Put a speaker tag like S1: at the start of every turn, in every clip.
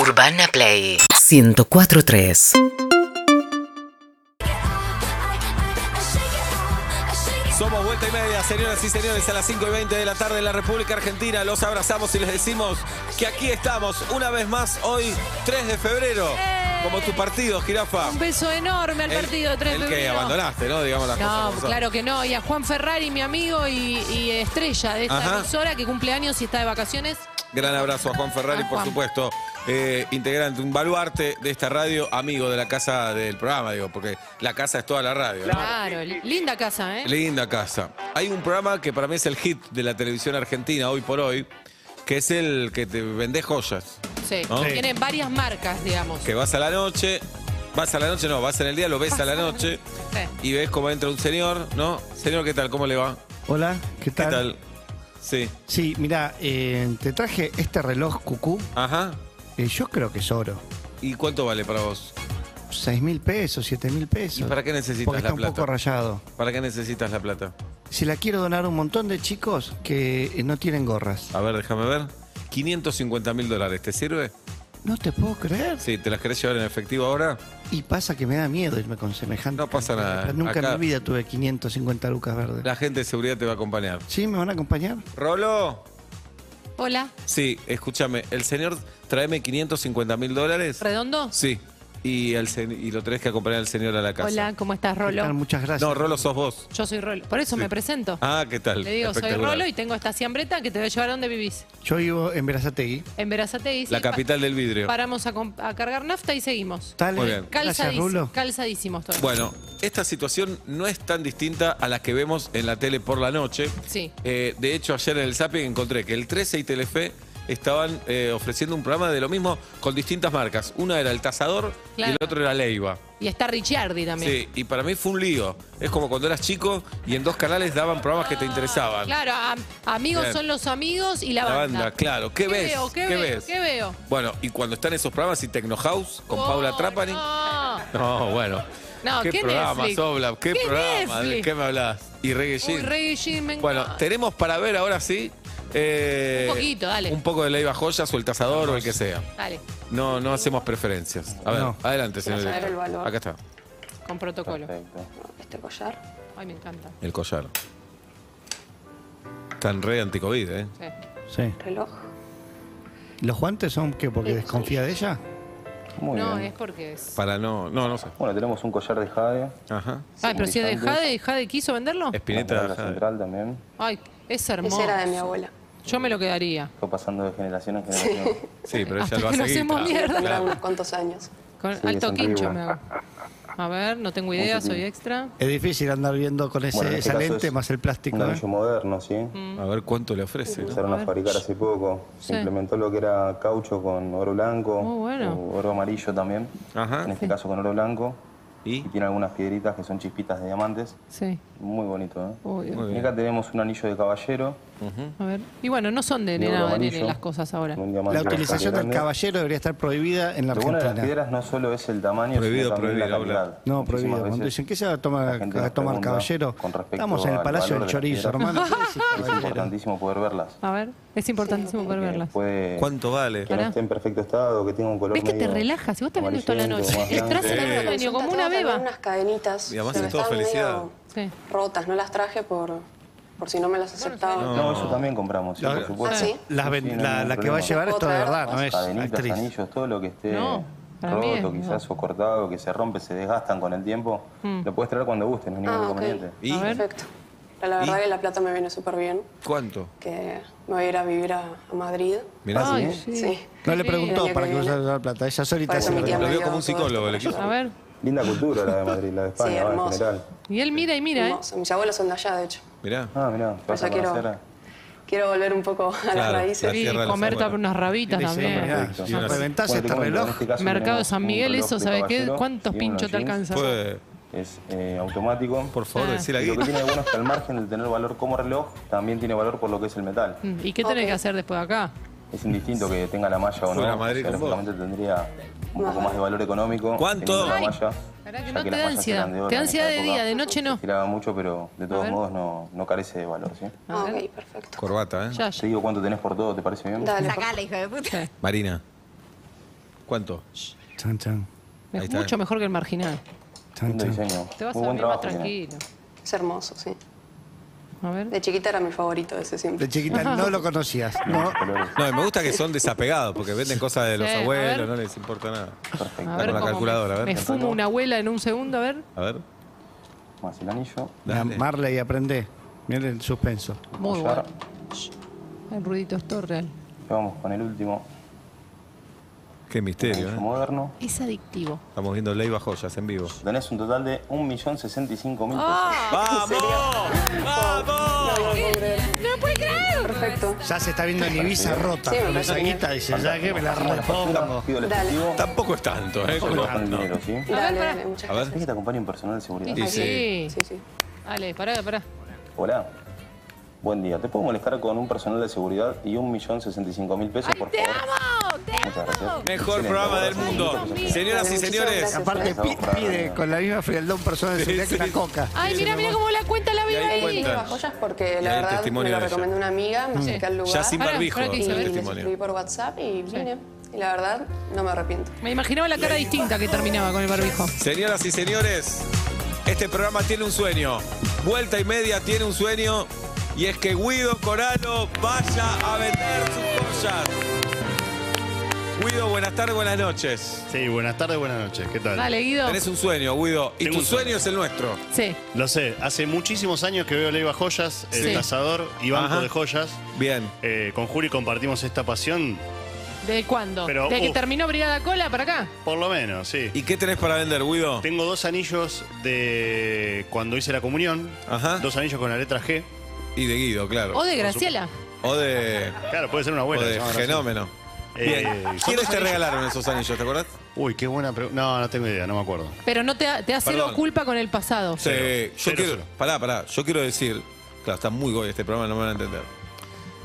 S1: Urbana Play 1043.
S2: Somos vuelta y media, señoras y señores, a las 5 y 20 de la tarde en la República Argentina. Los abrazamos y les decimos que aquí estamos, una vez más, hoy 3 de febrero. Como tu partido, jirafa.
S3: Un beso enorme al
S2: El-
S3: partido de 3 de
S2: El que
S3: febrero.
S2: abandonaste, ¿no? Digamos las cosas
S3: No,
S2: como son.
S3: claro que no. Y a Juan Ferrari, mi amigo y, y estrella de esta
S2: Ajá.
S3: emisora, que cumple años y está de vacaciones.
S2: Gran abrazo a Juan Ferrari,
S3: A
S2: por
S3: Juan.
S2: supuesto, eh, integrante, un baluarte de esta radio, amigo de la casa del programa, digo, porque la casa es toda la radio. ¿no?
S3: Claro, li- linda casa, ¿eh?
S2: Linda casa. Hay un programa que para mí es el hit de la televisión argentina hoy por hoy, que es el que te vende joyas.
S3: Sí.
S2: ¿no? Sí.
S3: Tiene varias marcas, digamos.
S2: Que vas a la noche, vas a la noche, no, vas en el día, lo ves a la noche
S3: Sí.
S2: y ves cómo entra un señor, ¿no? Señor, ¿qué tal? ¿Cómo le va?
S4: Hola, ¿qué
S2: ¿Qué
S4: tal?
S2: tal? Sí.
S4: Sí, mira, te traje este reloj cucú.
S2: Ajá.
S4: eh, yo creo que es oro.
S2: ¿Y cuánto vale para vos?
S4: Seis mil pesos, siete mil pesos.
S2: ¿Y para qué necesitas
S4: Porque
S2: la
S4: está un
S2: plata?
S4: poco rayado.
S2: ¿Para qué necesitas la plata?
S4: Se la quiero donar a un montón de chicos que eh, no tienen gorras.
S2: A ver, déjame ver. 550 mil dólares, ¿te sirve?
S4: No te puedo creer.
S2: Sí, ¿te las querés llevar en efectivo ahora?
S4: Y pasa que me da miedo irme con semejante.
S2: No pasa
S4: cantidad de
S2: nada.
S4: plata. Nunca
S2: Acá-
S4: en mi vida tuve 550 lucas verdes.
S2: La gente de seguridad te va a acompañar.
S4: ¿Sí? ¿Me van a acompañar?
S2: ¿Rolo?
S3: Hola,
S2: Sí, escúchame. ¿El señor tráeme 550 mil dólares?
S3: ¿redondo?
S2: Sí. Y, el sen- y lo tenés que acompañar al señor a la casa.
S3: Hola, ¿cómo estás,
S4: ¿Qué tal?
S3: Rolo?
S4: Muchas gracias.
S2: No, Rolo sos vos.
S3: Yo soy Rolo. Por eso me presento.
S2: Ah, ¿qué tal?
S3: Le digo, soy
S2: Espectacular.
S3: Rolo y tengo esta siambreta que te voy a llevar a donde vivís.
S4: Yo vivo en Verazategui.
S3: En Verazategui.
S2: La
S3: sí, pa-
S2: capital del vidrio.
S3: Paramos a, comp- a cargar nafta y seguimos.
S4: Tal.
S2: Muy bien.
S4: Gracias,
S3: Calzadís-
S4: Rulo.
S3: Calzadísimos todos.
S2: Bueno, esta situación no es tan distinta a las que vemos en la tele por la noche.
S3: Sí.
S2: Eh, de hecho, ayer en el Zapping encontré que el 13 y Telefe estaban eh, ofreciendo un programa de lo mismo con distintas marcas. Una era El Tazador y
S3: Claro.
S2: el otro era Leiva.
S3: Y está Ricciardi también.
S2: Sí, y para mí fue un lío. Es como cuando eras chico y en dos canales daban programas que te interesaban.
S3: Ah, Claro, am- amigos
S2: Bien.
S3: son los amigos y la
S2: La
S3: banda.
S2: banda, claro. ¿Qué,
S3: ¿Qué
S2: ves?
S3: veo? ¿Qué, veo?
S2: ves?
S3: ¿Qué veo?
S2: Bueno, y cuando están esos programas y Tecno House con
S3: Oh,
S2: Paula Trapani.
S3: No.
S2: No, bueno.
S3: No,
S2: ¿Qué,
S3: ¿qué
S2: programa,
S3: Netflix?
S2: Sobla? ¿Qué,
S3: ¿Qué
S2: programa? ¿De
S3: Netflix?
S2: qué me hablas? Y Reggae
S3: Uy,
S2: Jean.
S3: Rey Jim, me
S2: Bueno,
S3: encanta.
S2: tenemos para ver ahora sí. eh,
S3: Un poquito, dale.
S2: Un poco de Leiva Joyas o el Cazador o el que sea.
S3: Dale,
S2: No, no hacemos preferencias. A ver,
S4: No.
S2: adelante, señor.
S5: saber
S2: director.
S5: el valor.
S2: Acá está,
S3: con protocolo.
S5: Este collar.
S3: Ay, me encanta.
S2: el collar. Están re anticovid, ¿eh?
S3: Sí.
S4: Sí.
S5: Reloj.
S4: ¿Los guantes son qué? ¿Porque desconfía de ella?
S6: Muy
S3: No,
S6: bien.
S3: es porque es.
S2: Para no. No, no sé.
S6: Bueno, tenemos un collar de jade.
S2: Ajá.
S3: Ay, pero si es de
S6: Significantes.
S3: Jade, ¿Jade quiso venderlo?
S6: La
S2: Espineta.
S6: corona central también.
S3: Ay, es hermoso.
S5: Ese era de mi abuela.
S3: Yo me lo quedaría.
S6: Fue pasando de generación en generación.
S2: Sí, pero ella
S3: Hasta
S2: lo
S3: que
S2: hace
S3: nos hacemos
S2: guita.
S3: mierda.
S5: Tendrá
S2: Claro.
S5: unos cuantos años.
S3: Con
S6: Sí,
S3: alto
S6: es
S3: quincho
S6: antigua.
S3: me hago. A ver, no tengo idea, soy extra.
S4: Es difícil andar viendo con ese,
S6: Bueno, en este
S4: esa
S6: caso
S4: lente
S6: es
S4: más el
S6: Un
S4: plástico. ¿eh?
S6: anillo moderno, ¿sí?
S2: A ver cuánto le ofrece, ¿no?
S6: Empezaron
S3: A Mm, ver.
S6: a fabricar hace poco.
S3: Sí.
S6: Se implementó lo que era caucho con oro blanco.
S3: Muy bueno.
S6: o Oro amarillo también.
S2: Ajá.
S6: En este caso con oro blanco.
S2: ¿Y?
S6: Y tiene algunas piedritas que son chispitas de diamantes.
S3: Sí.
S6: Muy bonito, ¿eh?
S3: Uy,
S2: Muy
S6: Y
S2: bien.
S6: acá tenemos un anillo de caballero.
S3: a ver. Y bueno, no son de
S6: de oro
S3: nena de nene
S6: amarillo,
S3: las cosas ahora.
S6: con un diamante
S4: La
S6: bastante
S4: utilización del
S6: grande.
S4: caballero debería estar prohibida en la
S6: Lo bueno de las
S4: Argentina.
S6: piedras no solo es el tamaño,
S2: Prohibido,
S6: sino también
S2: prohibido,
S6: la calidad.
S2: habla.
S4: No,
S6: Muchísimas
S4: prohibido. Cuando
S6: veces
S4: dicen, ¿qué se va a tomar,
S6: la gente
S4: a
S6: nos
S4: tomar el
S6: pregunta
S4: caballero?
S6: con respecto
S4: Estamos en el
S6: al
S4: Palacio
S6: valor
S4: del
S6: de las
S4: Chorizo,
S6: piedras.
S4: hermano. ¿Qué decís,
S6: Es
S4: caballero?
S6: importantísimo poder verlas.
S3: A ver, es importantísimo poder
S6: Que
S3: verlas.
S6: puede-
S2: ¿Cuánto vale?
S6: que no
S3: Pará.
S6: esté en perfecto estado, que tenga un color
S3: ¿Ves que te
S6: medio
S3: relajas? Si vos estás viendo esto a la
S6: amarillento,
S3: noche,
S6: más
S3: entras
S6: blanco.
S3: en el
S2: Sí.
S3: sueño como
S5: Tengo
S3: una
S5: también
S3: beba.
S5: Unas cadenitas.
S2: Y además
S5: pero
S2: es todo
S5: estaban
S2: felicidad.
S5: medio
S3: Sí.
S5: Rotas, no las traje por, por si no me las aceptaban.
S6: No, eso también compramos, sí,
S4: No,
S6: por
S5: Ah,
S6: supuesto.
S5: sí.
S4: Las ven-
S6: Sí, no hay
S4: la, la que
S6: ningún
S4: va a
S6: problema.
S4: llevar esto de
S5: Otra,
S4: verdad, no es
S6: Cadenitas,
S4: actriz.
S6: anillos, todo lo que esté
S3: No, para mí
S6: roto,
S3: es- Mm.
S6: quizás o cortado, que se rompe, se desgastan con el tiempo, lo puedes traer cuando guste, no hay ningún
S5: Ah, ok.
S6: inconveniente.
S2: ¿Y
S3: A ver.
S5: Perfecto. Pero la verdad que la plata me viene súper bien.
S2: cuánto?
S5: Que me voy a ir a vivir a, a Madrid.
S2: Mirá,
S3: Ay,
S5: Sí.
S3: sí.
S4: No le preguntó
S5: Sí.
S4: para qué usara la plata. Ella solita
S5: Por eso
S4: se
S5: mi
S4: lo
S5: tía
S2: Lo
S5: me
S2: veo
S5: dio
S2: como un
S5: todo
S2: psicólogo,
S5: esto
S2: le
S5: para
S3: A
S5: ayudar.
S3: ver.
S6: Linda cultura la de Madrid, la de España, ¿no? en
S5: hermoso.
S6: general.
S3: Y él mira y mira, ¿eh?
S5: Hermoso. Mis abuelos son de allá, de hecho.
S2: mirá.
S6: Ah, mirá,
S5: Por
S6: vas a
S5: eso quiero,
S6: conocer.
S5: quiero volver un poco a las
S2: Claro,
S5: raíces.
S2: la
S3: Y
S2: tierra de los
S3: comer
S2: abuelos.
S3: unas rabitas
S4: dice,
S3: también.
S4: mirá,
S6: Perfecto.
S4: si
S2: Sí, no sé.
S4: reventás
S6: Bueno,
S4: este
S6: te comento,
S4: reloj,
S6: en este caso
S3: Mercado
S6: tenemos
S3: San
S6: un
S3: Miguel,
S6: reloj
S3: eso,
S6: de
S3: ¿sabe qué?
S6: caballero
S3: ¿Cuántos
S6: y un
S3: pinchos te
S6: jeans.
S3: alcanza?
S2: Fue-
S6: Es eh, automático.
S2: por favor,
S3: Ah.
S2: decí la
S6: Y lo que
S2: guita.
S6: tiene de bueno es que al margen de tener valor como reloj, también tiene valor por lo que es el metal.
S3: Mm, ¿Y qué tenés
S5: Ok.
S3: que hacer después de acá?
S6: Es indistinto que tenga la malla o no.
S2: Fuera Madrid con vos.
S6: lógicamente tendría un poco más de valor económico.
S2: ¿Cuánto?
S6: teniendo La
S2: Ay,
S6: malla,
S3: pará que no
S6: ya
S3: te
S6: las
S3: da
S6: mallas
S3: ansiedad.
S6: eran oro
S3: Te da
S6: en esa
S3: ansiedad de
S6: época.
S3: día, de noche no.
S6: Se giraba mucho, pero de todos
S3: ver.
S6: modos no, no carece de valor. ¿sí?
S5: Ah, ok, perfecto.
S2: Corbata, ¿eh?
S3: Ya,
S6: Te
S3: ya.
S6: digo cuánto tenés por todo, ¿te parece bien?
S5: Dale. por
S7: Sacala, hijo de puta.
S2: Marina. ¿Cuánto?
S4: Chan, chan,
S2: Ahí
S3: Es
S2: está.
S3: mucho mejor que el marginal.
S4: chan,
S6: Lindo
S4: chan.
S6: diseño.
S3: Te vas
S6: Muy
S3: a
S6: buen
S3: dormir más
S6: trabajo. Irene.
S3: tranquilo.
S5: Es hermoso, sí.
S3: A ver.
S5: De chiquita era mi favorito ese siempre.
S4: De chiquita no lo conocías, ¿no?
S6: Colores,
S2: No, y me gusta que son desapegados porque venden cosas de los
S3: Sí, a
S2: abuelos,
S3: ver.
S2: no les importa nada.
S6: Perfecto.
S3: A
S2: Está
S3: ver
S2: con la
S3: cómo
S2: calculadora, a ver.
S3: me, me fumo una abuela en un segundo, a ver.
S2: A ver,
S6: Más el anillo.
S4: La
S2: dale.
S4: Marley aprende. Miren el suspenso.
S3: Muy
S6: collar.
S3: bueno. El ruidito es todo real.
S6: Y Vamos con el último.
S2: Qué misterio,
S6: anillo
S2: ¿eh?
S6: moderno.
S3: Es adictivo.
S2: Estamos viendo Leiva Joyas en vivo.
S6: Tenés un total de 1.065.000
S3: Ah.
S6: pesos.
S2: ¡Vamos! ¡Vamos!
S3: ¡No lo puedes creer!
S5: Perfecto.
S4: Ya se está viendo en Ibiza rota
S5: Sí, me
S4: con
S5: parece
S4: esa
S5: genial.
S4: guita. Dice, ya que me la
S6: Hacemos factura,
S4: repongo.
S6: Pido el
S5: Dale.
S6: efectivo.
S2: Tampoco es tanto, ¿eh? Como-
S6: Solo con el dinero, ¿sí?
S5: Dale,
S3: pará.
S5: dale, muchas
S2: A
S5: gracias.
S2: ver.
S6: Es que te acompaña un personal de seguridad.
S2: Sí,
S3: Sí,
S2: sí.
S3: sí.
S5: Sí, sí.
S3: Ale, pará, pará.
S6: Hola. Buen día. ¿Te puedo molestar con un personal de seguridad y 1.065.000 pesos, por
S3: ¡Te
S6: favor?
S3: amo! ¡Te
S6: Muchas gracias.
S3: amo!
S2: Mejor
S6: Excelente,
S2: programa del
S6: gracias.
S2: mundo.
S6: Muchas gracias.
S2: Señoras y
S5: Muchísimas
S2: señores,
S5: gracias.
S4: Aparte, pi- pide con la misma frialdad un personal de
S2: Sí,
S4: seguridad que
S2: sí.
S4: una coca.
S3: Ay, mira, mira cómo la cuenta la
S2: Y ahí
S3: vida
S5: El
S3: ahí.
S2: cuenta.
S5: Lleva joyas porque
S2: Y ahí
S5: la
S2: el
S5: verdad
S2: testimonio
S5: me lo
S2: de ella.
S5: recomendó una amiga, me acerqué al lugar.
S2: ya sin
S3: Pará,
S2: barbijo
S3: pará que
S2: el
S3: hice
S5: y
S3: el
S5: les escribí
S2: testimonio.
S5: por WhatsApp y vine. Y la verdad, no me arrepiento.
S3: Me imaginaba la cara distinta que terminaba con el barbijo.
S2: Señoras y señores, este programa tiene un sueño. Vuelta y media tiene un sueño. Y es que Guido Corano vaya a vender sus joyas. Guido, buenas tardes, buenas noches.
S7: Sí, buenas tardes, buenas noches. ¿Qué tal?
S3: Dale, Guido.
S2: Tenés un sueño, Guido. Y
S7: Tengo
S2: tu
S7: un sueño.
S2: sueño es el nuestro.
S3: Sí.
S7: Lo sé, hace muchísimos años que veo Leiva Joyas, el
S3: Sí.
S7: cazador y banco
S2: Ajá.
S7: de joyas.
S2: Bien.
S7: Eh, con Juli compartimos esta pasión,
S3: ¿De cuándo?
S7: Pero,
S3: ¿De que
S7: uf.
S2: uh.
S3: terminó Brigada Cola para acá?
S7: por lo menos, sí.
S2: ¿Y qué tenés para vender, Guido?
S7: Tengo dos anillos de cuando hice la comunión,
S2: Ajá.
S7: dos anillos con la letra G.
S2: Y de Guido, claro.
S3: ¿O de Graciela?
S2: O de,
S7: Claro, puede ser una
S2: o
S7: abuela.
S2: de
S7: se llama Graciela.
S2: Genómeno.
S7: Eh,
S2: Bien.
S7: son
S2: ¿Quiénes
S7: dos
S2: te
S7: anillos.
S2: regalaron esos anillos, te acordás?
S7: Uy, qué buena pregunta. No, no tengo idea, no me acuerdo.
S3: Pero no te, ha- te hace
S2: Perdón.
S3: culpa con el pasado.
S2: Sí,
S7: Cero.
S2: yo
S7: Cero,
S2: quiero.
S7: cero.
S2: Pará, pará. Yo quiero decir. Claro, está muy goy este programa, no me van a entender.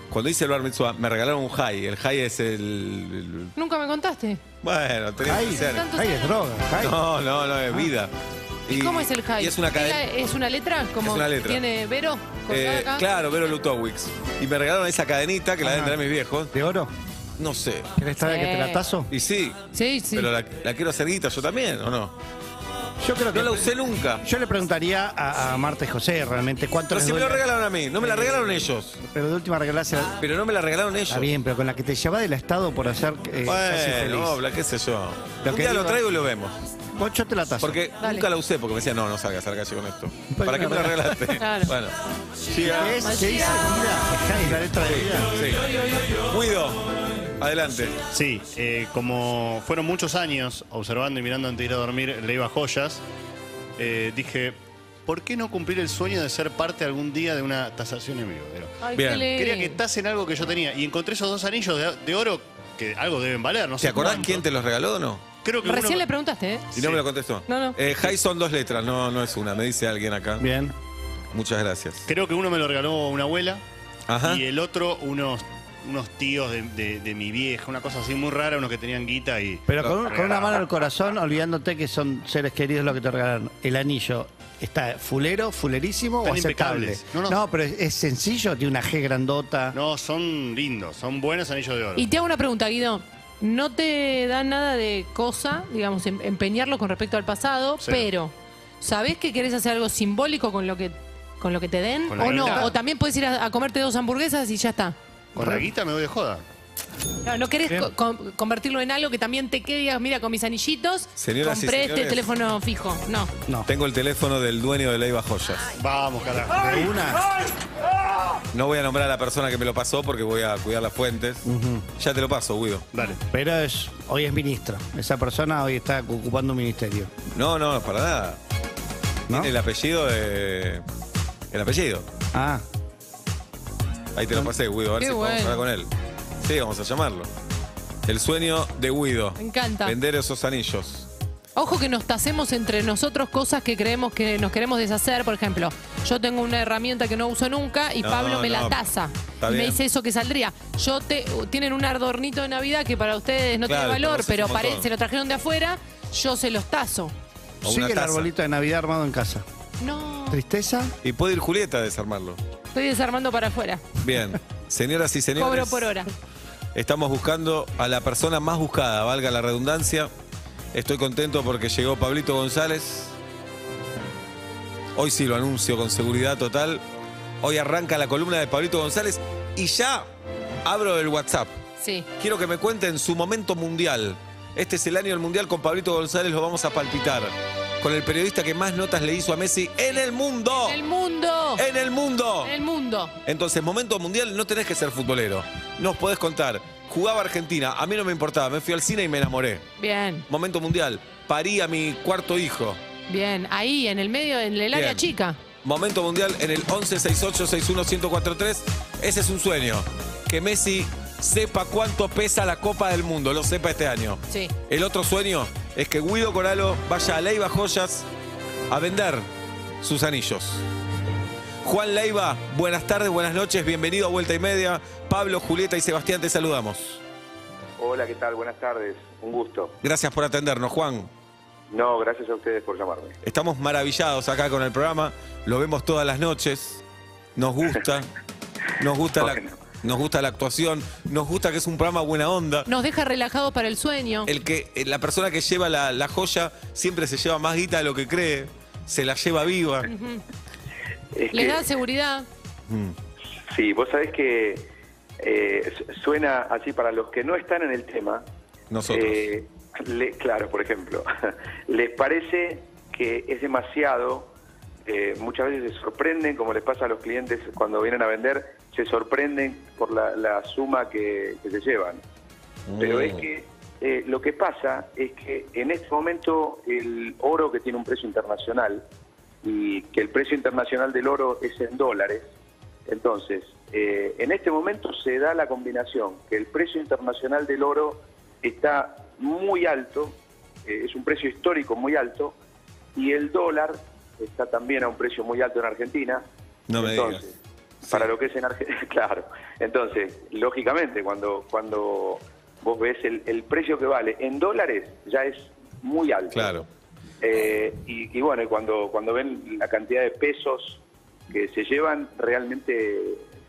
S2: Cuando hice el bar mitzvah, me regalaron un high. El high es el. el-
S3: Nunca me contaste.
S2: bueno, tenés que
S4: Ay,
S2: ser.
S3: Tantos
S4: ay,
S3: años.
S4: es droga. ay.
S2: No, no, no, es vida.
S3: Ah. ¿Y cómo es el high?
S2: Y es una cadena.
S3: la- ¿Es una letra? Como
S2: Es una letra.
S3: ¿Tiene Vero? colgada
S2: eh,
S3: acá?
S2: claro, Vero Lutowicz. Y me regalaron esa cadenita que la deben tener mis viejos.
S4: ¿De oro?
S2: No sé.
S4: ¿Querés saber que te la
S3: Sí.
S4: tazo?
S2: Y sí,
S3: Sí, sí.
S2: pero la, la quiero hacer guita yo también, ¿o no?
S4: Yo creo
S2: No
S4: que.
S2: la usé nunca.
S4: Yo le preguntaría a, a Marta y José realmente cuánto
S2: No,
S4: les
S2: si me lo
S4: duele.
S2: regalaron a mí, no me la regalaron ellos.
S4: Pero de última regalásela.
S2: Pero no me la regalaron ellos.
S4: Está bien, pero con la que te llevaba del Estado por hacer eh, casi feliz.
S2: Bueno, obla, qué sé yo.
S4: Lo
S2: un
S4: que
S2: día lo
S4: digo-
S2: traigo y lo vemos.
S4: Vos, yo te la tazo.
S2: Porque
S3: Dale.
S2: nunca la usé porque me decía, no, no salgas a la calle con esto.
S4: Pero
S2: ¿Para qué me
S4: no,
S2: la
S4: no.
S2: regalaste?
S3: Claro.
S2: Bueno,
S4: ¿Qué
S2: siga.
S4: es? ¿Qué dice? Mira, es la letra de vida.
S2: Sí. Cuido. Adelante.
S7: Sí, eh, como fueron muchos años observando y mirando antes de ir a dormir Leiva Joyas, eh, dije, ¿por qué no cumplir el sueño de ser parte algún día de una tasación en vivo? Pero
S3: Ay,
S2: Bien.
S3: qué lindo.
S7: Quería que tasen algo que yo tenía y encontré esos dos anillos de, de oro que algo deben valer, no sé.
S2: ¿Te acordás
S7: cuánto.
S2: quién te los regaló o no?
S7: Creo que
S3: Recién
S7: uno-
S3: le preguntaste, ¿eh?
S2: Y no
S7: Sí.
S2: me lo contestó.
S3: No, no.
S2: Eh, Jai son dos letras, no, no es una. Me dice alguien acá.
S4: Bien.
S2: Muchas gracias.
S7: Creo que uno me lo regaló una abuela
S2: Ajá.
S7: y el otro unos, unos tíos de, de- de mi vieja, una cosa así muy rara, unos que tenían guita y...
S4: Pero con, un- con una mano al corazón, olvidándote que son seres queridos lo que te regalaron. El anillo. ¿Está fulero, fulerísimo
S7: Están
S4: o aceptable?
S7: impecables. No, no.
S4: pero es, es sencillo, tiene una G grandota.
S7: No, son lindos, son buenos anillos de oro.
S3: Y te hago una pregunta, Guido. No te da nada de cosa, digamos, em- empeñarlo con respecto al pasado,
S7: Cero.
S3: pero ¿sabés que querés hacer algo simbólico con lo que con lo que te den?
S7: Con la
S3: ¿O no?
S7: guita.
S3: ¿O también puedes ir a, a comerte dos hamburguesas y ya está?
S7: Con la guita me voy de joda.
S3: No, no querés co- con- convertirlo en algo que también te quede, digas, mira, con mis anillitos,
S2: Señoras y
S3: compré este
S2: señores.
S3: teléfono fijo. No.
S4: No.
S2: Tengo el teléfono del dueño de Leiva Joyas.
S7: Vamos, carajo.
S4: De una.
S2: No voy a nombrar a la persona que me lo pasó porque voy a cuidar las fuentes. Ya te lo paso, Guido.
S7: Dale.
S4: Pero es, hoy es ministro. Esa persona hoy está ocupando un ministerio.
S2: No, no, para nada.
S4: ¿No?
S2: Tiene el apellido de. El apellido.
S4: Ah,
S2: Ahí te lo pasé, Guido, a ver
S3: Ah. Qué
S2: si podemos
S3: bueno.
S2: hablar con él. Sí, vamos a llamarlo. El sueño de Guido.
S3: Me encanta.
S2: Vender esos anillos.
S3: Ojo que nos tasemos entre nosotros cosas que creemos que nos queremos deshacer. Por ejemplo, yo tengo una herramienta que no uso nunca y
S2: No,
S3: Pablo me
S2: no.
S3: la tasa.
S2: Está
S3: Y me
S2: bien.
S3: dice eso que saldría. Yo te, tienen un adornito de Navidad que para ustedes no
S2: Claro,
S3: tiene valor,
S2: conoces
S3: pero
S2: un
S3: pare-
S2: montón.
S3: se lo trajeron de afuera, yo se los tazo.
S2: O
S4: sigue
S2: una
S4: el
S2: taza.
S4: arbolito de Navidad armado en casa.
S3: No,
S4: Tristeza,
S2: Y puede ir Julieta a desarmarlo.
S3: estoy desarmando para afuera.
S2: Bien. Señoras y señores.
S3: Cobro por hora.
S2: Estamos buscando a la persona más buscada, valga la redundancia. Estoy contento porque llegó Pablito González. Hoy sí lo anuncio con seguridad total. Hoy arranca la columna de Pablito González y ya abro el WhatsApp.
S3: Sí.
S2: Quiero que me cuenten su momento mundial. Este es el año del mundial con Pablito González, lo vamos a palpitar. Con el periodista que más notas le hizo a Messi en el mundo.
S3: El mundo.
S2: En el mundo.
S3: El mundo.
S2: Entonces, momento mundial, no tenés que ser futbolero. Nos podés contar. Jugaba Argentina, a mí no me importaba, me fui al cine y me enamoré.
S3: Bien,
S2: Momento mundial, parí a mi cuarto hijo.
S3: bien. Ahí, en el medio, en el área
S2: Bien.
S3: chica.
S2: Momento mundial en el 1168-61143. Ese es un sueño. Que Messi sepa cuánto pesa la Copa del Mundo, lo sepa este año.
S3: Sí.
S2: El otro sueño es que Guido Coralo vaya a Leiva Joyas a vender sus anillos. Juan Leiva, buenas tardes, buenas noches, bienvenido a Vuelta y Media. Pablo, Julieta y Sebastián, te saludamos.
S8: Hola, ¿qué tal? Buenas tardes. Un gusto.
S2: Gracias por atendernos, Juan.
S8: No, gracias a ustedes por llamarme.
S2: Estamos maravillados acá con el programa, lo vemos todas las noches, nos gusta, nos gusta, la,
S8: Bueno.
S2: nos gusta la actuación, nos gusta que es un programa buena onda.
S3: Nos deja relajados para el sueño.
S2: El que, eh, la persona que lleva la, la joya siempre se lleva más guita de lo que cree, se la lleva viva.
S8: Es
S3: Le
S8: que-
S3: da seguridad.
S2: Mm,
S8: sí, vos sabés que eh, su- suena así para los que no están en el tema.
S2: Nosotros.
S8: eh, le- claro, por ejemplo, les parece que es demasiado. eh, muchas veces se sorprenden, como les pasa a los clientes cuando vienen a vender, se sorprenden por la, la suma que- que se llevan. Pero es que eh, lo que pasa es que en este momento el oro que tiene un precio internacional y que el precio internacional del oro es en dólares, entonces eh, en este momento se da la combinación que el precio internacional del oro está muy alto, eh, es un precio histórico muy alto, y el dólar está también a un precio muy alto en Argentina.
S2: No me
S8: Entonces,
S2: digas.
S8: para lo que es en Argentina, claro. Entonces, lógicamente, cuando, cuando vos ves el, el precio que vale en dólares, ya es muy alto.
S2: Claro.
S8: Eh, y, y bueno, y cuando, cuando ven la cantidad de pesos que se llevan, realmente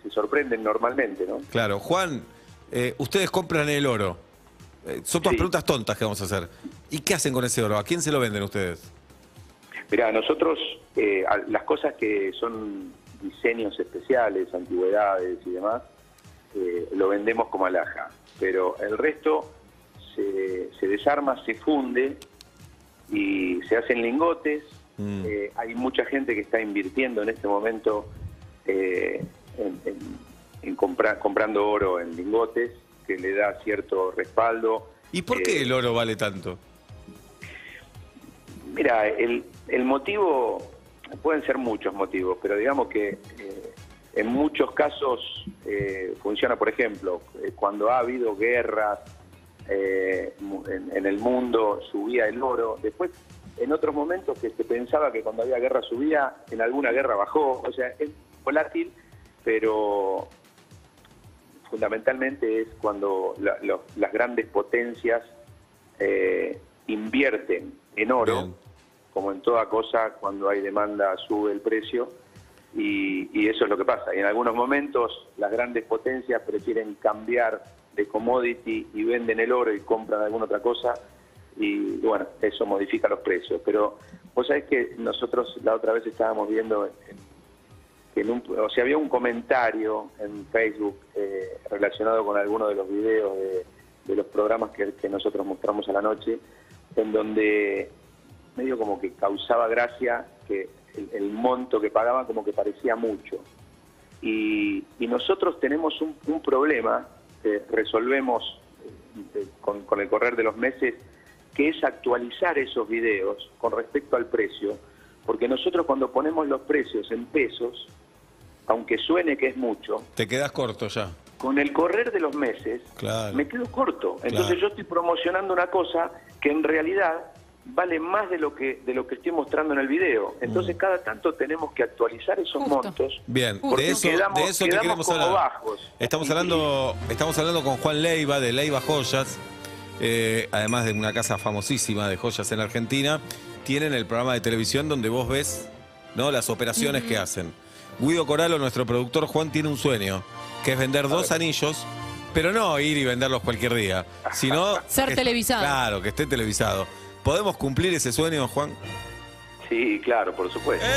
S8: se sorprenden normalmente, ¿no?
S2: Claro, Juan, eh, ustedes compran el oro. Eh, son todas
S8: Sí.
S2: preguntas tontas que vamos a hacer. ¿Y qué hacen con ese oro? ¿A quién se lo venden ustedes?
S8: Mira, nosotros eh, a- las cosas que son diseños especiales, antigüedades y demás, eh, lo vendemos como alhaja. Pero el resto se, se desarma, se funde y se hacen lingotes.
S2: Mm.
S8: Eh, hay mucha gente que está invirtiendo en este momento eh, en, en- en compra- comprando oro en lingotes, que le da cierto respaldo.
S2: ¿Y por
S8: Eh,
S2: qué el oro vale tanto?
S8: Mira, el, el motivo, pueden ser muchos motivos, pero digamos que eh, en muchos casos eh, funciona, por ejemplo, eh, cuando ha habido guerras eh, mu- en, en el mundo, subía el oro. Después, en otros momentos que se pensaba que cuando había guerra subía, en alguna guerra bajó. O sea, es volátil, pero fundamentalmente es cuando la- los- las grandes potencias eh, invierten en oro,
S2: Bien.
S8: como en toda cosa, cuando hay demanda sube el precio, y, y eso es lo que pasa. Y en algunos momentos las grandes potencias prefieren cambiar de commodity y venden el oro y compran alguna otra cosa, y bueno, eso modifica los precios. Pero vos sabés que nosotros la otra vez estábamos viendo en- que en un- o sea, había un comentario en Facebook eh, relacionado con alguno de los videos de, de los programas que, que nosotros mostramos a la noche, en donde medio como que causaba gracia que el, el monto que pagaban como que parecía mucho. Y, y nosotros tenemos un, un problema que resolvemos eh, con, con el correr de los meses, que es actualizar esos videos con respecto al precio, porque nosotros cuando ponemos los precios en pesos, aunque suene que es mucho,
S2: Te quedas corto ya.
S8: con el correr de los meses
S2: Claro.
S8: me quedo corto. Entonces
S2: Claro.
S8: yo estoy promocionando una cosa que en realidad vale más de lo que de lo que estoy mostrando en el video. Entonces cada tanto tenemos que actualizar esos
S3: Justo.
S8: montos.
S2: Mm. Bien,
S3: Justo.
S2: de eso,
S8: Quedamos-
S2: de eso te
S8: quedamos
S2: queremos
S8: como
S2: hablar.
S8: bajos.
S2: Estamos
S8: Y-
S2: hablando, estamos hablando con Juan Leiva de Leiva Joyas, eh, además de una casa famosísima de joyas en Argentina. Tienen el programa de televisión donde vos ves ¿no? las operaciones que hacen. Guido Coralo, nuestro productor Juan, tiene un sueño, que es vender dos anillos Pero no ir y venderlos cualquier día, sino...
S3: Ser
S2: que-
S3: televisado.
S2: Claro, que esté televisado. ¿Podemos cumplir ese sueño, Juan?
S8: Sí, claro, por supuesto.
S2: ¡Eh!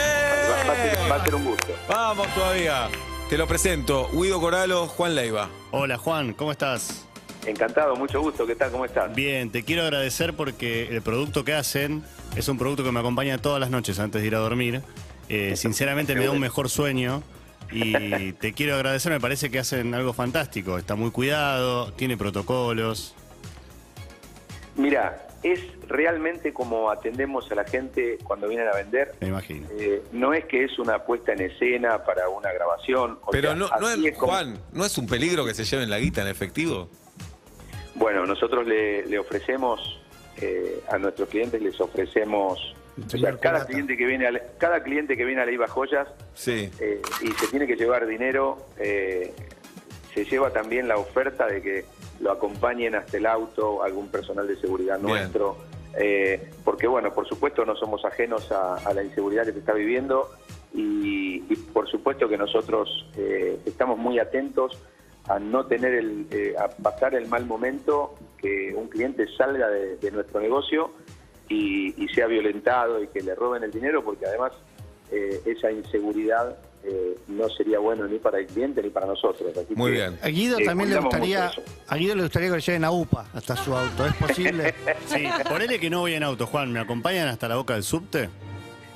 S8: Va, va a ser, va a ser un gusto.
S2: Vamos todavía. Te lo presento, Guido Coralo, Juan Leiva.
S7: Hola Juan, ¿cómo estás?
S8: Encantado, mucho gusto. ¿Qué tal? ¿Cómo estás?
S7: Bien, te quiero agradecer porque el producto que hacen es un producto que me acompaña todas las noches antes de ir a dormir. Eh, sinceramente me da un mejor sueño y te quiero agradecer, me parece que hacen algo fantástico. Está muy cuidado, tiene protocolos.
S8: Mira, es realmente como atendemos a la gente cuando vienen a vender.
S7: Me imagino.
S8: Eh, no es que es una puesta en escena para una grabación. o
S2: Pero
S8: sea,
S2: no, no
S8: así
S2: es,
S8: es como-
S2: Juan, ¿no es un peligro que se lleven la guita en efectivo?
S8: Bueno, nosotros le, le ofrecemos eh, a nuestros clientes les ofrecemos o sea,
S4: Señor
S8: cada
S4: Culata.
S8: cliente que viene a, la- cada cliente que viene a Leiva Joyas
S2: Sí.
S8: eh, y se tiene que llevar dinero eh, se lleva también la oferta de que lo acompañen hasta el auto algún personal de seguridad
S2: Bien.
S8: nuestro eh, porque bueno por supuesto no somos ajenos a, a la inseguridad que se está viviendo y, y por supuesto que nosotros eh, estamos muy atentos a no tener el, eh, a pasar el mal momento que un cliente salga de, de nuestro negocio y, y sea violentado y que le roben el dinero porque además eh, esa inseguridad eh, no sería bueno ni para el cliente ni para nosotros. Así
S2: Muy
S8: que,
S2: bien.
S4: A Guido
S8: eh,
S4: también le
S8: cuidamos
S4: gustaría,
S8: mucho eso.
S4: a Guido le gustaría que lo lleven a UPA hasta su auto. ¿Es posible?
S7: Sí, ponele que no voy en auto, Juan, ¿me acompañan hasta la boca del subte?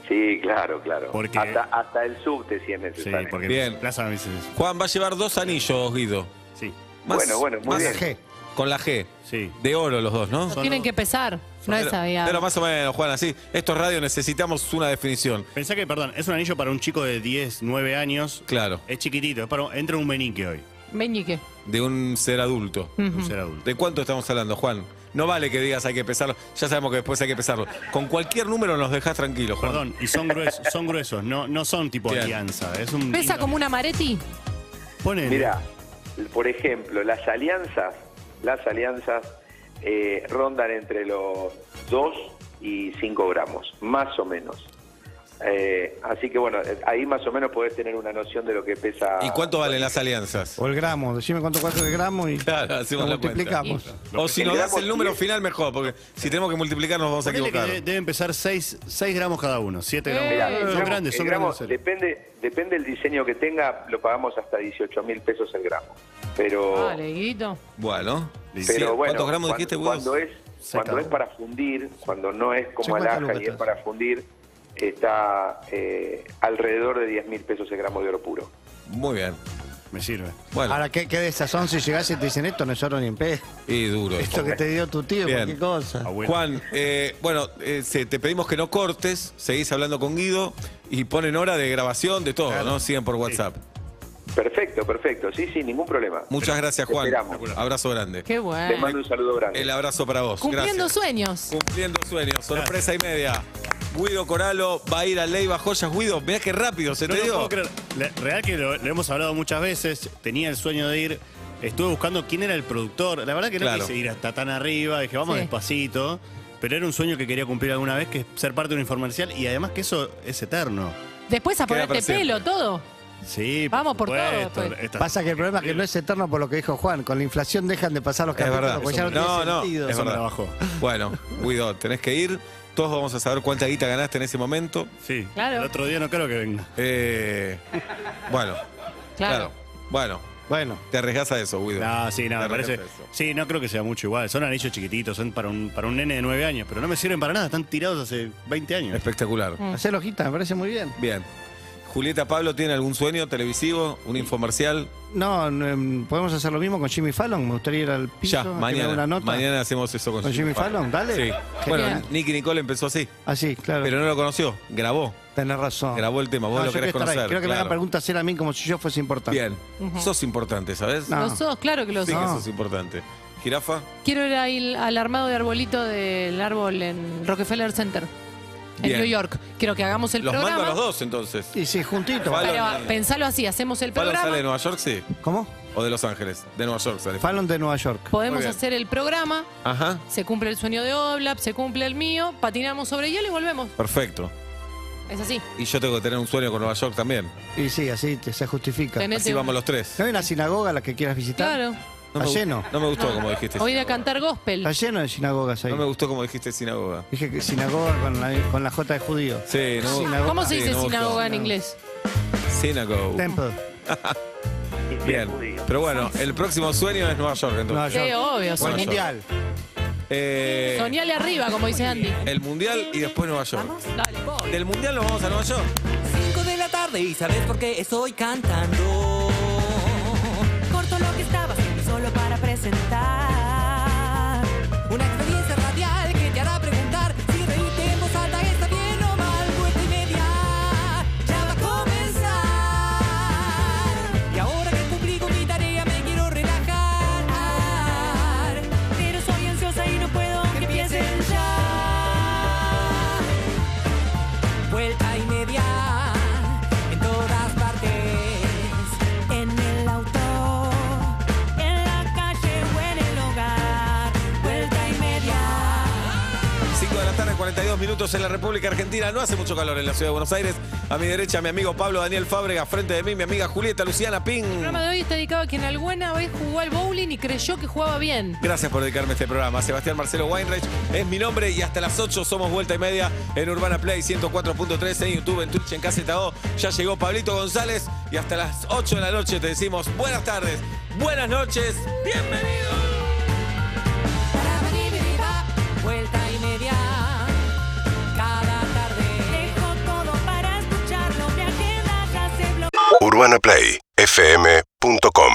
S8: Sí, claro, claro.
S7: Porque-
S8: Hasta, hasta el subte si es
S7: Sí,
S8: necesario.
S7: porque
S2: Bien.
S7: Plaza me dice,
S2: Juan va a llevar dos anillos, Guido.
S7: sí,
S2: Más-
S8: Bueno, bueno, muy
S2: más-
S8: bien.
S4: G.
S2: Con la G.
S7: sí.
S2: De oro los dos, ¿no?
S3: Los tienen que pesar. No es
S2: pero,
S3: sabía.
S2: pero más o menos, Juan, así. Esto es radio, necesitamos una definición.
S7: Pensá que, perdón, es un anillo para un chico de 10, 9 años.
S2: Claro,
S7: Es chiquitito, es para, entra un menique hoy,
S3: Meñique.
S2: de un ser adulto.
S7: un ser adulto.
S2: ¿De cuánto estamos hablando, Juan? No vale que digas hay que pesarlo. Ya sabemos que después hay que pesarlo. Con cualquier número nos dejas tranquilos, Juan.
S7: Perdón, y son gruesos, son gruesos, no, no son tipo
S2: Bien.
S7: alianza. Es un
S3: ¿Pesa como una Maretti?
S7: Ponele.
S8: Mira, por ejemplo, las alianzas, las alianzas eh, rondan entre los 2 y 5 gramos, más o menos. Eh, así que bueno, eh, ahí más o menos podés tener una noción de lo que pesa.
S2: ¿Y cuánto valen las alianzas?
S4: O el gramo. Decime cuánto cuesta el gramo y
S2: Claro, hacemos
S4: lo
S2: la cuenta.
S4: multiplicamos.
S2: O si
S8: El
S2: nos das
S8: gramo
S2: el número
S8: tiene-
S2: final, mejor, porque si tenemos que multiplicar nos vamos a
S7: Ponele que
S2: equivocar.
S7: de- debe empezar 6, gramos cada uno, 7
S3: Eh.
S7: gramos.
S8: Mirá,
S7: cada
S8: el
S7: uno. son
S8: gramo-
S7: grandes,
S8: el
S7: son
S8: gramo
S7: grandes.
S8: Depende, depende del diseño que tenga, lo pagamos hasta 18 mil pesos el gramo. Pero,
S2: Oh.
S3: Vale, Guido.
S2: Bueno. Sí,
S8: pero bueno,
S2: ¿Cuántos gramos
S8: cuando,
S2: dijiste, Guido?
S8: cuando es cuando es para fundir, cuando no es como
S4: 50
S8: alhaja y
S4: lucas.
S8: es para fundir, está eh, alrededor de 10 mil pesos el gramo de oro puro.
S2: Muy bien.
S7: Me sirve.
S2: Bueno,
S4: Ahora, ¿qué, qué desazón si llegás y te dicen esto no es oro ni en pedo?
S2: y duro.
S4: Esto que te dio tu tío,
S2: Pues Bien.
S4: cualquier cosa.
S7: Abuelo.
S2: Juan, eh, bueno, eh, se- te pedimos que no cortes, seguís hablando con Guido y ponen hora de grabación de todo, ¿no? Siguen por WhatsApp.
S8: Perfecto, perfecto. Sí, sí, ningún problema.
S2: Muchas gracias,
S8: te
S2: Juan.
S8: esperamos.
S2: Abrazo grande.
S3: Qué
S8: Les
S3: bueno.
S8: mando un saludo grande.
S2: El abrazo para vos.
S3: Cumpliendo
S2: Gracias.
S3: sueños.
S2: Cumpliendo sueños. Sorpresa y media. Guido Coralo va a ir a Leiva Joyas. Guido, mirá qué rápido se
S7: No,
S2: te
S7: no
S2: dio.
S7: puedo creer. Le- real que lo, lo hemos hablado muchas veces. Tenía el sueño de ir. Estuve buscando quién era el productor. La verdad que no
S2: Claro.
S7: quise ir hasta tan arriba. Dije, vamos
S3: Sí.
S7: despacito. Pero era un sueño que quería cumplir alguna vez, que es ser parte de un informercial. Y además que eso es eterno.
S3: Después a
S2: Queda
S3: ponerte
S2: para siempre.
S3: pelo, todo.
S7: Sí,
S3: Vamos por todo,
S7: supuesto.
S3: pues.
S7: Esta-
S4: Pasa que el problema es que no es eterno por lo que dijo Juan. Con la inflación dejan de pasar los
S2: Es verdad.
S4: capítulos porque ya no,
S2: No,
S4: tiene
S2: no,
S4: sentido.
S2: es
S7: Eso me
S2: verdad.
S7: la bajó.
S2: Bueno, Guido, tenés que ir. Todos vamos a saber cuánta guita ganaste en ese momento.
S7: Sí,
S3: Claro.
S7: el otro día no creo que venga.
S2: Eh, bueno, claro.
S3: Claro.
S2: Bueno,
S4: Bueno,
S2: te arriesgás a eso, Guido.
S7: No, sí, no,
S2: Te
S7: me
S2: arriesgás
S7: parece.
S2: a eso.
S7: Sí, no creo que sea mucho igual. Son anillos chiquititos, son para un, para un nene de 9 años, pero no me sirven para nada, están tirados hace 20 años.
S2: Espectacular.
S4: hacer hojita, me parece muy bien.
S2: Bien. Julieta Pablo, ¿tiene algún sueño televisivo? ¿Un infomercial?
S4: No, no, em, podemos hacer lo mismo con Jimmy Fallon. Me gustaría ir al piso,
S2: Ya,
S4: que me haga
S2: mañana.
S4: una nota.
S2: Mañana hacemos eso con,
S4: ¿Con Jimmy Fallon? Dale.
S2: Sí.
S4: Genial.
S2: Bueno, Nicky Nicole empezó así,
S4: Así, Ah, claro.
S2: pero no lo conoció, grabó.
S4: Tenés razón.
S2: Grabó el tema, vos
S4: No,
S2: lo
S4: yo
S2: querés
S4: quiero estar ahí.
S2: conocer,
S4: Quiero que me
S2: claro.
S4: hagan preguntas él a mí como si yo fuese importante.
S2: Bien. Sos importante, ¿sabes?
S4: No.
S3: Los sos, claro que los
S2: Sí que
S3: sos.
S2: sos importante. ¿Jirafa?
S3: Quiero ir ahí al armado de arbolito del árbol en Rockefeller Center, en
S2: Bien.
S3: New York. Quiero que hagamos el
S2: Los
S3: programa.
S2: mando a los dos, entonces.
S4: Y sí, juntito.
S2: Fallon.
S3: Pero pensalo así, hacemos el
S2: ¿Fallon
S3: programa,
S2: sale de Nueva York, sí?
S4: ¿Cómo?
S2: ¿O de Los Ángeles? De Nueva York sale.
S4: Fallon de Nueva York.
S2: Muy
S3: podemos
S2: bien.
S3: hacer el programa,
S2: Ajá.
S3: se cumple el sueño de Oblap, se cumple el mío, patinamos sobre hielo y volvemos.
S2: Perfecto.
S3: Es así.
S2: Y yo tengo que tener un sueño con Nueva York también.
S4: Y sí, así te- se justifica.
S3: Tenés-
S2: Así
S3: Mete
S2: vamos
S3: un-
S2: los tres.
S4: ¿No hay una sinagoga a la que quieras visitar?
S3: Claro.
S2: No me,
S4: Está
S2: gu-
S4: lleno.
S2: no me gustó como dijiste.
S3: Hoy de
S2: sinagoga.
S3: cantar gospel.
S4: Está lleno de sinagogas ahí.
S2: No me gustó como dijiste sinagoga.
S4: Dije que sinagoga con la, con la J de judío.
S2: Sí, no.
S4: Sinagoga.
S3: ¿Cómo se
S2: Sí,
S3: dice
S2: no me gustó.
S3: sinagoga en inglés?
S2: Synagogue.
S4: Temple.
S2: Bien. Pero bueno, el próximo sueño es Nueva York,
S4: Nueva
S2: entonces.
S3: Sí,
S4: York.
S3: obvio.
S4: Bueno,
S2: Nueva
S3: Sonia.
S2: York.
S4: mundial.
S2: Eh,
S3: Soñale arriba, como dice Andy.
S2: el mundial y después Nueva York.
S3: Dale, voy.
S2: Del mundial nos vamos a Nueva York.
S9: 5 de la tarde y sabes por qué estoy cantando. Corto lo que estaba haciendo solo para presentar. Una experiencia radial que te hará preguntar si reírte en voz alta está bien o mal. Vuelta y media ya va a comenzar. Y ahora que cumplí con mi tarea me quiero relajar. Pero soy ansiosa y no puedo que empiecen ya vuelta y media en todas partes, en el auto, en la calle o en el hogar, vuelta y media.
S2: 5 de la tarde, 42 minutos en la República Argentina. No hace mucho calor en la ciudad de Buenos Aires. A mi derecha, mi amigo Pablo Daniel Fábrega. Frente de mí, mi amiga Julieta Luciana Ping.
S3: El programa de hoy está dedicado a quien alguna vez jugó al bowling y creyó que jugaba bien.
S2: Gracias por dedicarme a este programa. Sebastián Marcelo Weinreich es mi nombre y hasta las 8 somos vuelta y media en Urbana Play 104.3 en YouTube, en Twitch, en KZO. Ya llegó Pablito González y hasta las 8 de la noche te decimos buenas tardes, buenas noches, bienvenidos.
S9: Vuelta y media, cada tarde. Dejo todo para escucharlo, mi agenda ya se bloqueó.
S10: UrbanaPlayFM.com